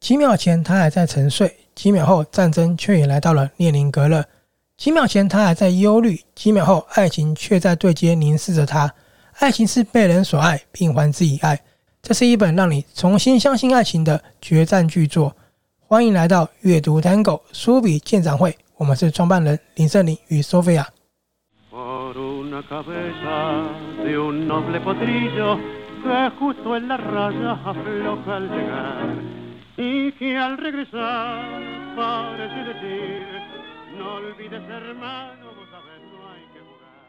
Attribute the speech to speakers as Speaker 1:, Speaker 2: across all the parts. Speaker 1: 几秒前他还在沉睡，几秒后战争却也来到了列宁格勒。几秒前他还在忧虑，几秒后爱情却在对街凝视着他。爱情是被人所爱，并还之以爱。这是一本让你重新相信爱情的决战巨作。欢迎来到阅读 Tango 书比鉴赏会，我们是创办人林胜林与 Sophia。
Speaker 2: por una cabeza de un noble potrillo que justo en la raya afloja al llegar y que al regresar parece decir no olvides hermano vos sabés no hay que jugar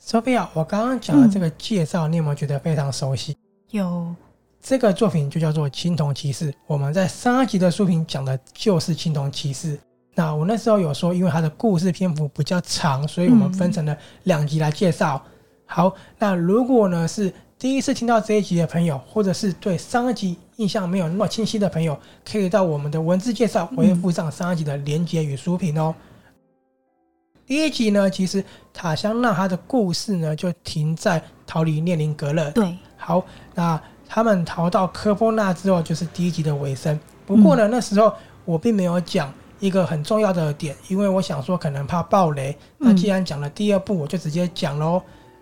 Speaker 1: Sophia，我刚刚讲的这个介绍，你有没有觉得非常熟悉？
Speaker 3: 有，
Speaker 1: 这个作品就叫做《青铜骑士》。我们在上一集的书评讲的就是《青铜骑士》。那我那时候有说，因为它的故事篇幅比较长，所以我们分成了两集来介绍。好，那如果呢是第一次听到这一集的朋友，或者是对上一集印象没有那么清晰的朋友，可以到我们的文字介绍回附上上一集的连结与书评哦。第一集呢，其实塔香娜她的故事呢就停在逃离列宁格勒，
Speaker 3: 对，
Speaker 1: 好，那他们逃到科波纳之后，就是第一集的尾声。不过呢，那时候我并没有讲一个很重要的点，因为我想说可能怕暴雷。那既然讲了第二部，我就直接讲喽。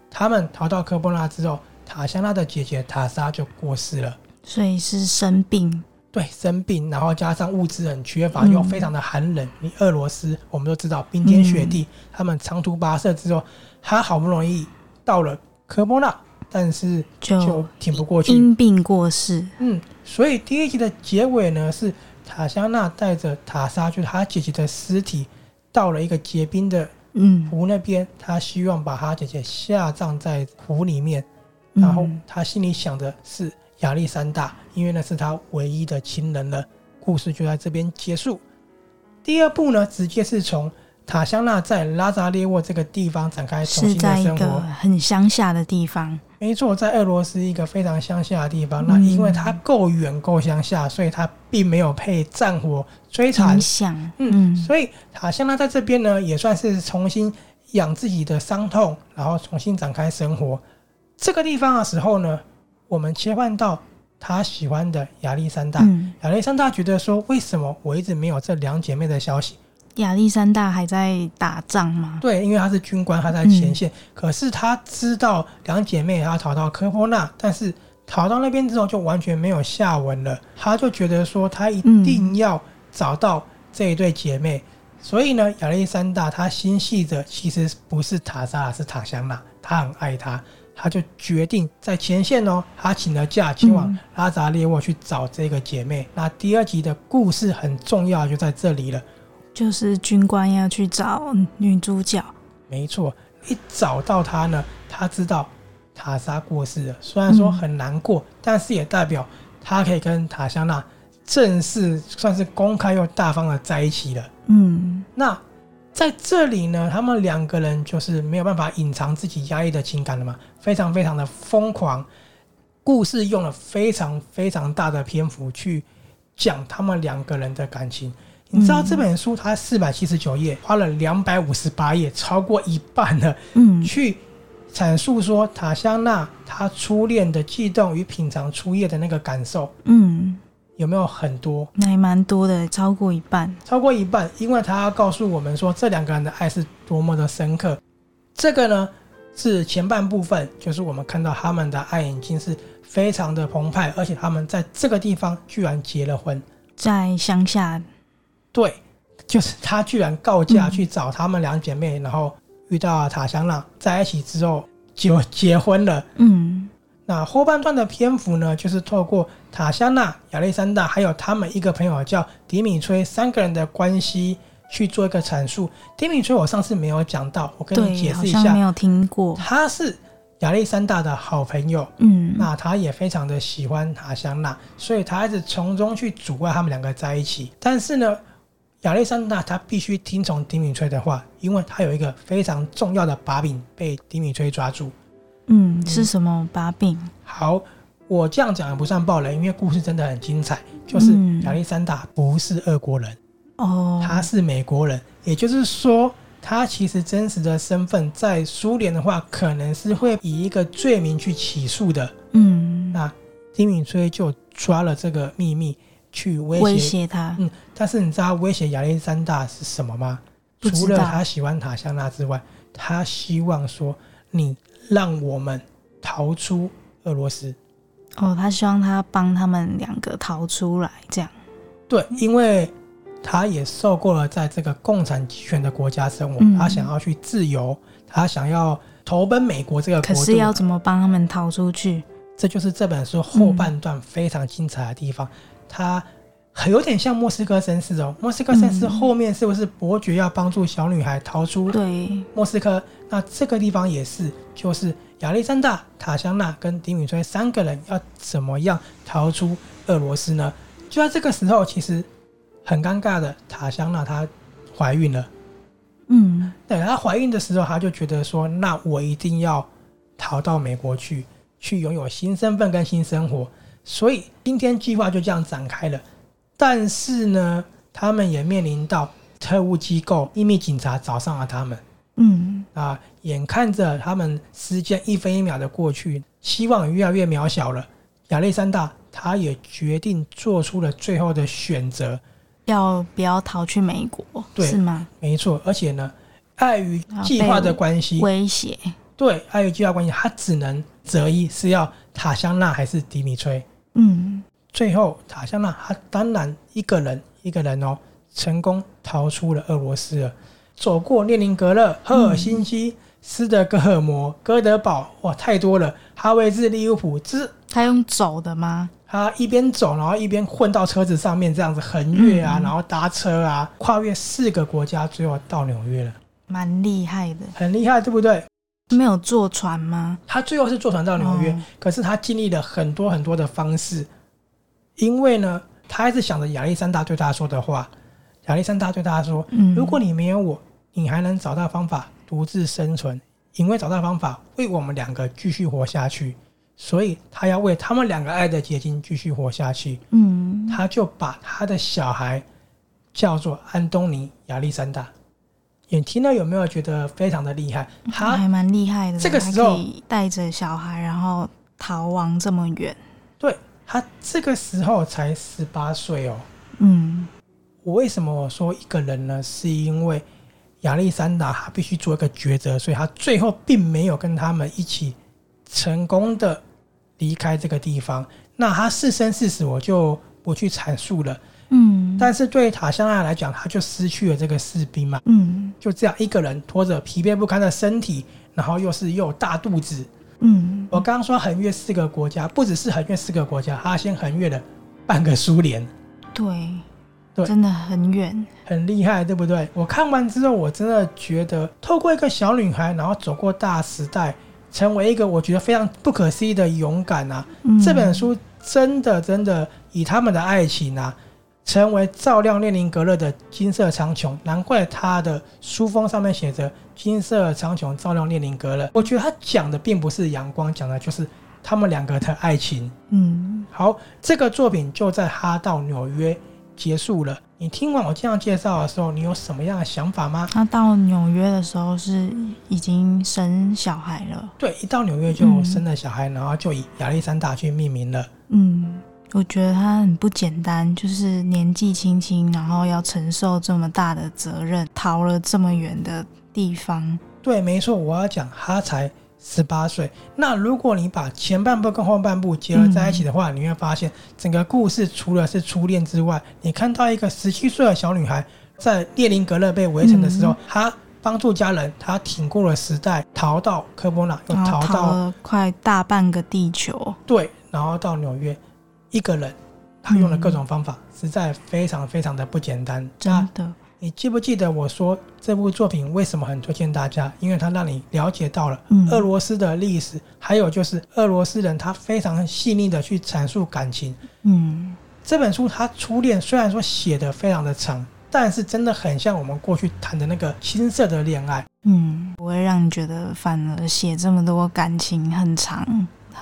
Speaker 1: 他们逃到科波纳之后，塔香拉的姐姐塔莎就过世了。
Speaker 3: 所以是生病，
Speaker 1: 对，生病，然后加上物资很缺乏，
Speaker 3: 嗯
Speaker 1: 又非常的寒冷。你俄罗斯，我们都知道冰天雪地，他们长途跋涉之后，他好不容易到了科波纳，但是就
Speaker 3: 就
Speaker 1: 挺不过去，
Speaker 3: 因病过世。
Speaker 1: 嗯，所以第一集的结尾呢，是塔香娜带着塔莎，就是她姐姐的尸体，到了一个结冰的
Speaker 3: 嗯，
Speaker 1: 湖那边，她希望把她姐姐下葬在湖里面。
Speaker 3: 嗯
Speaker 1: 然后她心里想的是亚历山大，因为那是她唯一的亲人了。故事就在这边结束。第二部呢，直接是从塔香娜在拉扎列沃这个地方展开重
Speaker 3: 是
Speaker 1: 新
Speaker 3: 在
Speaker 1: 的
Speaker 3: 一
Speaker 1: 生活。
Speaker 3: 个很乡下的地方。
Speaker 1: 没错，在俄罗斯一个非常乡下的地方，
Speaker 3: 嗯
Speaker 1: 那因为它够远够乡下，所以它并没有被战火摧残
Speaker 3: 影，响，
Speaker 1: 嗯，
Speaker 3: 嗯，
Speaker 1: 所以塔香娜在这边呢，也算是重新养自己的伤痛，然后重新展开生活。这个地方的时候呢，我们切换到他喜欢的亚历山大。
Speaker 3: 嗯，
Speaker 1: 亚历山大觉得说，为什么我一直没有这两姐妹的消息？
Speaker 3: 亚历山大还在打仗吗？
Speaker 1: 对，因为他是军官，他在前线。可是他知道两姐妹要逃到科波纳，但是逃到那边之后就完全没有下文了。他就觉得说，他一定要找到这一对姐妹。所以呢，亚历山大他心系着其实不是塔莎，是塔香娜，他很爱她，他就决定在前线哦，他请了假前往
Speaker 3: 嗯
Speaker 1: 拉扎列沃去找这个姐妹。那第二集的故事很重要，就在这里了。
Speaker 3: 就是军官要去找女主角，
Speaker 1: 没错，一找到他呢，他知道塔莎过世了，虽然说
Speaker 3: 嗯
Speaker 1: 很难过，但是也代表他可以跟塔香娜正式算是公开又大方的在一起了。
Speaker 3: 嗯，
Speaker 1: 那在这里呢，他们两个人就是没有办法隐藏自己压抑的情感了嘛，非常非常的疯狂。故事用了非常非常大的篇幅去讲他们两个人的感情。你知道这本书它四百七十九页，花了两百五十八页，超过一半了。
Speaker 3: 嗯，
Speaker 1: 去阐述说塔香娜她初恋的悸动与品尝初夜的那个感受，
Speaker 3: 嗯，
Speaker 1: 有没有很多？
Speaker 3: 那还蛮多的，超过一半。
Speaker 1: 超过一半，因为他要告诉我们说这两个人的爱是多么的深刻。这个呢是前半部分，就是我们看到他们的爱已经是非常的澎湃，而且他们在这个地方居然结了婚。
Speaker 3: 在乡下，
Speaker 1: 对，就是他居然告假
Speaker 3: 嗯
Speaker 1: 去找她们两姐妹，然后遇到了塔香娜，在一起之后就结婚了。
Speaker 3: 嗯，
Speaker 1: 那后半段的篇幅呢，就是透过塔香娜、亚历山大，还有他们一个朋友叫迪米崔三个人的关系去做一个阐述。迪米崔我上次没有讲到，我跟你解
Speaker 3: 对，好
Speaker 1: 释一
Speaker 3: 像没
Speaker 1: 下，
Speaker 3: 有听过。
Speaker 1: 他是亚历山大的好朋友，
Speaker 3: 嗯，
Speaker 1: 那他也非常的喜欢塔香娜，所以他一直从中去阻碍他们两个在一起。但是呢，亚历山大他必须听从迪米崔的话，因为他有一个非常重要的把柄被迪米崔抓住。
Speaker 3: 嗯，是什么把柄？
Speaker 1: 好，我这样讲也不算暴雷，因为故事真的很精彩。就是
Speaker 3: 嗯
Speaker 1: 亚历山大不是俄国人，
Speaker 3: 哦，
Speaker 1: 他是美国人，也就是说，他其实真实的身份在苏联的话，可能是会以一个罪名去起诉的。
Speaker 3: 嗯，
Speaker 1: 那金敏崔就抓了这个秘密去威胁。
Speaker 3: 威胁他，
Speaker 1: 嗯，但是你知道威胁亚历山大是什么吗？
Speaker 3: 不知
Speaker 1: 除了
Speaker 3: 道
Speaker 1: 他喜欢塔香娜之外，他希望说你让我们逃出俄罗斯。
Speaker 3: 哦，他希望他帮他们两个逃出来，这样，
Speaker 1: 对，因为他也受够了在这个共产集权的国家生活，
Speaker 3: 嗯
Speaker 1: 他想要去自由，他想要投奔美国这个
Speaker 3: 可
Speaker 1: 国
Speaker 3: 是要
Speaker 1: 度。
Speaker 3: 怎么帮他们逃出去？
Speaker 1: 这就是这本书后半段非常精彩的地方，他。很有点像莫斯科绅士哦，莫斯科绅士
Speaker 3: 嗯
Speaker 1: 后面是不是伯爵要帮助小女孩逃出
Speaker 3: 对，
Speaker 1: 莫斯科。那这个地方也是，就是亚历山大、塔香娜跟迪米崔三个人要怎么样逃出俄罗斯呢？就在这个时候，其实很尴尬的，塔香娜她怀孕了。
Speaker 3: 嗯，
Speaker 1: 对，她怀孕的时候，她就觉得说，那我一定要逃到美国去，去拥有新身份跟新生活。所以今天计划就这样展开了。但是呢，他们也面临到特务机构、秘密警察找上了他们。
Speaker 3: 嗯，
Speaker 1: 啊，眼看着他们时间一分一秒的过去，希望越来越渺小了。亚历山大他也决定做出了最后的选择，
Speaker 3: 要不要逃去美国？
Speaker 1: 对
Speaker 3: 是吗？
Speaker 1: 没错。而且呢，碍于
Speaker 3: 啊
Speaker 1: 计
Speaker 3: 被
Speaker 1: 划的关系，
Speaker 3: 威胁，
Speaker 1: 对，碍于计划关系，他只能择一，是要塔香娜还是迪米崔？
Speaker 3: 嗯，
Speaker 1: 最后，塔香娜她当然一个人一个人哦，成功逃出了俄罗斯了，走过列宁格勒、赫尔辛基、斯德哥尔摩、哥德堡，哇，太多了！哈维治、利物浦之，
Speaker 3: 他用走的吗？
Speaker 1: 他一边走，然后一边混到车子上面，这样子横越啊，
Speaker 3: 嗯
Speaker 1: 然后搭车啊，跨越四个国家，最后到纽约了，
Speaker 3: 蛮厉害的，
Speaker 1: 很厉害，对不对？
Speaker 3: 没有坐船吗？
Speaker 1: 他最后是坐船到纽约，
Speaker 3: 哦
Speaker 1: 可是他经历了很多很多的方式，因为呢，他还是想着亚历山大对他说的话。亚历山大对他说：“
Speaker 3: 嗯
Speaker 1: 如果你没有我，你还能找到方法独自生存，因为找到方法为我们两个继续活下去。”所以他要为他们两个爱的结晶继续活下去，
Speaker 3: 嗯，
Speaker 1: 他就把他的小孩叫做安东尼·亚历山大。你听了有没有觉得非常的厉害？他
Speaker 3: 还蛮厉害的。
Speaker 1: 这个时候
Speaker 3: 还可以带着小孩，然后逃亡这么远，
Speaker 1: 对他这个时候才十八岁哦。
Speaker 3: 嗯，
Speaker 1: 我为什么我说一个人呢？是因为亚历山大他必须做一个抉择，所以他最后并没有跟他们一起成功的离开这个地方。那他是生是死，我就不去阐述了。
Speaker 3: 嗯，
Speaker 1: 但是对塔香娜来讲，他就失去了这个士兵嘛，
Speaker 3: 嗯
Speaker 1: 就这样一个人拖着疲惫不堪的身体，然后又是又有大肚子，
Speaker 3: 嗯，
Speaker 1: 我刚刚说横越四个国家，不只是横越四个国家，他先横越了半个苏联，
Speaker 3: 对，
Speaker 1: 对
Speaker 3: 真的很远，
Speaker 1: 很厉害，对不对？我看完之后，我真的觉得，透过一个小女孩，然后走过大时代，成为一个我觉得非常不可思议的勇敢啊！
Speaker 3: 嗯
Speaker 1: 这本书真的真的以他们的爱情啊，成为照亮列宁格勒的金色苍穹。难怪他的书封上面写着“金色苍穹照亮列宁格勒”。我觉得他讲的并不是阳光，讲的就是他们两个的爱情。
Speaker 3: 嗯，
Speaker 1: 好，这个作品就在哈到纽约结束了。你听完我这样介绍的时候，你有什么样的想法吗？
Speaker 3: 他到纽约的时候是已经生小孩了，
Speaker 1: 对，一到纽约就生了小孩，然后就以亚历山大去命名了。
Speaker 3: 嗯，我觉得他很不简单，就是年纪轻轻，然后要承受这么大的责任，逃了这么远的地方，
Speaker 1: 对，没错，我要讲他才十八岁。那如果你把前半部跟后半部结合在一起的话，你会发现整个故事除了是初恋之外，你看到一个十七岁的小女孩在列宁格勒被围城的时候，
Speaker 3: 嗯
Speaker 1: 她帮助家人，她挺过了时代，逃到科波纳，又
Speaker 3: 然
Speaker 1: 哦
Speaker 3: 后
Speaker 1: 逃
Speaker 3: 逃
Speaker 1: 到
Speaker 3: 了快大半个地球，
Speaker 1: 对，然后到纽约一个人，他用了各种方法，实在非常非常的不简单。
Speaker 3: 真
Speaker 1: 那
Speaker 3: 的，
Speaker 1: 你记不记得我说这部作品为什么很推荐大家？因为它让你了解到了
Speaker 3: 嗯
Speaker 1: 俄罗斯的历史，还有就是俄罗斯人他非常细腻的去阐述感情。
Speaker 3: 嗯，
Speaker 1: 这本书它初恋虽然说写的非常的长，但是真的很像我们过去谈的那个青涩的恋爱。
Speaker 3: 嗯，不会让你觉得反而写这么多感情很长，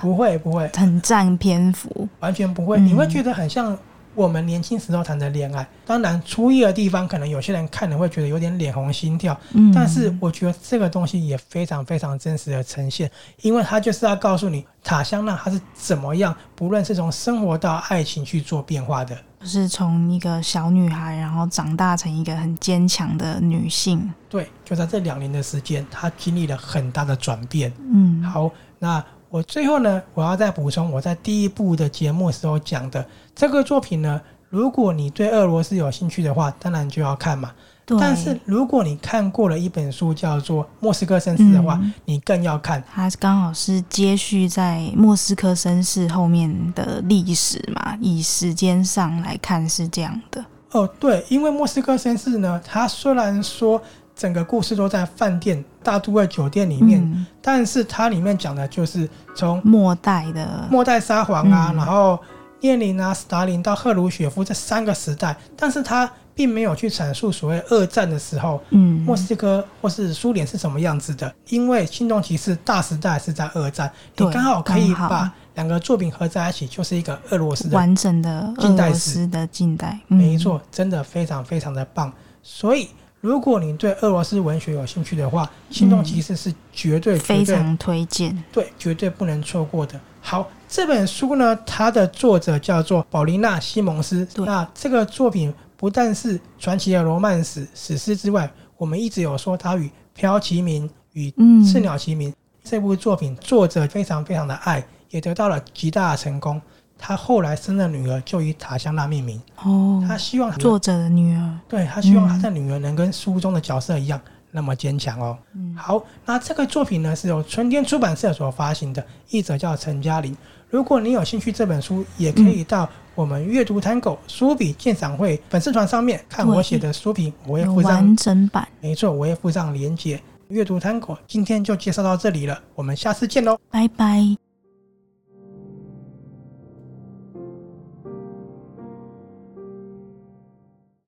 Speaker 1: 不会不会，
Speaker 3: 很占篇幅。
Speaker 1: 完全不会，
Speaker 3: 嗯
Speaker 1: 你会觉得很像我们年轻时候谈的恋爱。当然，初一的地方可能有些人看了会觉得有点脸红心跳，
Speaker 3: 嗯，
Speaker 1: 但是我觉得这个东西也非常非常真实的呈现，因为它就是要告诉你塔香娜她是怎么样，不论是从生活到爱情去做变化的。
Speaker 3: 就是从一个小女孩，然后长大成一个很坚强的女性。
Speaker 1: 对，就在这两年的时间，她经历了很大的转变。
Speaker 3: 嗯，
Speaker 1: 好，那我最后呢，我要再补充我在第一部的节目时候讲的这个作品呢，如果你对俄罗斯有兴趣的话，当然就要看嘛。
Speaker 3: 对，
Speaker 1: 但是如果你看过了一本书叫做《莫斯科绅士》的话，
Speaker 3: 嗯
Speaker 1: 你更要看。
Speaker 3: 它刚好是接续在莫斯科绅士后面的历史嘛，以时间上来看是这样的。
Speaker 1: 哦，对，因为莫斯科绅士呢，他虽然说整个故事都在饭店、大都会酒店里面，
Speaker 3: 嗯、
Speaker 1: 但是它里面讲的就是从
Speaker 3: 末代的，
Speaker 1: 末代沙皇啊，
Speaker 3: 嗯
Speaker 1: 然后列宁啊、斯大林到赫鲁雪夫这三个时代，但是他并没有去阐述所谓二战的时候
Speaker 3: 嗯，
Speaker 1: 莫斯科或是苏联是什么样子的，因为《心动骑士》大时代是在二战，你
Speaker 3: 对
Speaker 1: 刚好可以
Speaker 3: 刚好
Speaker 1: 把两个作品合在一起，就是一个俄罗斯的
Speaker 3: 完整的俄
Speaker 1: 近代
Speaker 3: 罗
Speaker 1: 史
Speaker 3: 斯的近代，嗯、
Speaker 1: 没，错，真的非常非常的棒。所以，如果你对俄罗斯文学有兴趣的话，《心动骑士》是绝对、绝
Speaker 3: 嗯非
Speaker 1: 对、
Speaker 3: 常推荐。
Speaker 1: 对、绝对不能错过的。好，这本书呢，它的作者叫做保琳娜·西蒙斯。
Speaker 3: 对
Speaker 1: 那这个作品不但是传奇的罗曼史史诗之外，我们一直有说它与《飘齐名》与
Speaker 3: 嗯
Speaker 1: 《赤鸟齐名》这部作品，作者非常非常的爱，也得到了极大的成功。他后来生的女儿就以塔香娜命名，
Speaker 3: 哦，
Speaker 1: 他希望
Speaker 3: 作者的女儿，
Speaker 1: 对他希望他
Speaker 3: 嗯
Speaker 1: 的女儿能跟书中的角色一样那么坚强哦。
Speaker 3: 嗯，
Speaker 1: 好，那这个作品呢是由春天出版社所发行的，译者叫陈嘉玲。如果你有兴趣这本书，也可以到我们阅读 Tango 书笔鉴赏会粉丝团上面看我写的书评，我会
Speaker 3: 有
Speaker 1: 附上
Speaker 3: 完，整版，
Speaker 1: 没错，我会附上连结。阅读 Tango 今天就介绍到这里了，我们下次见喽。哦
Speaker 3: 拜拜。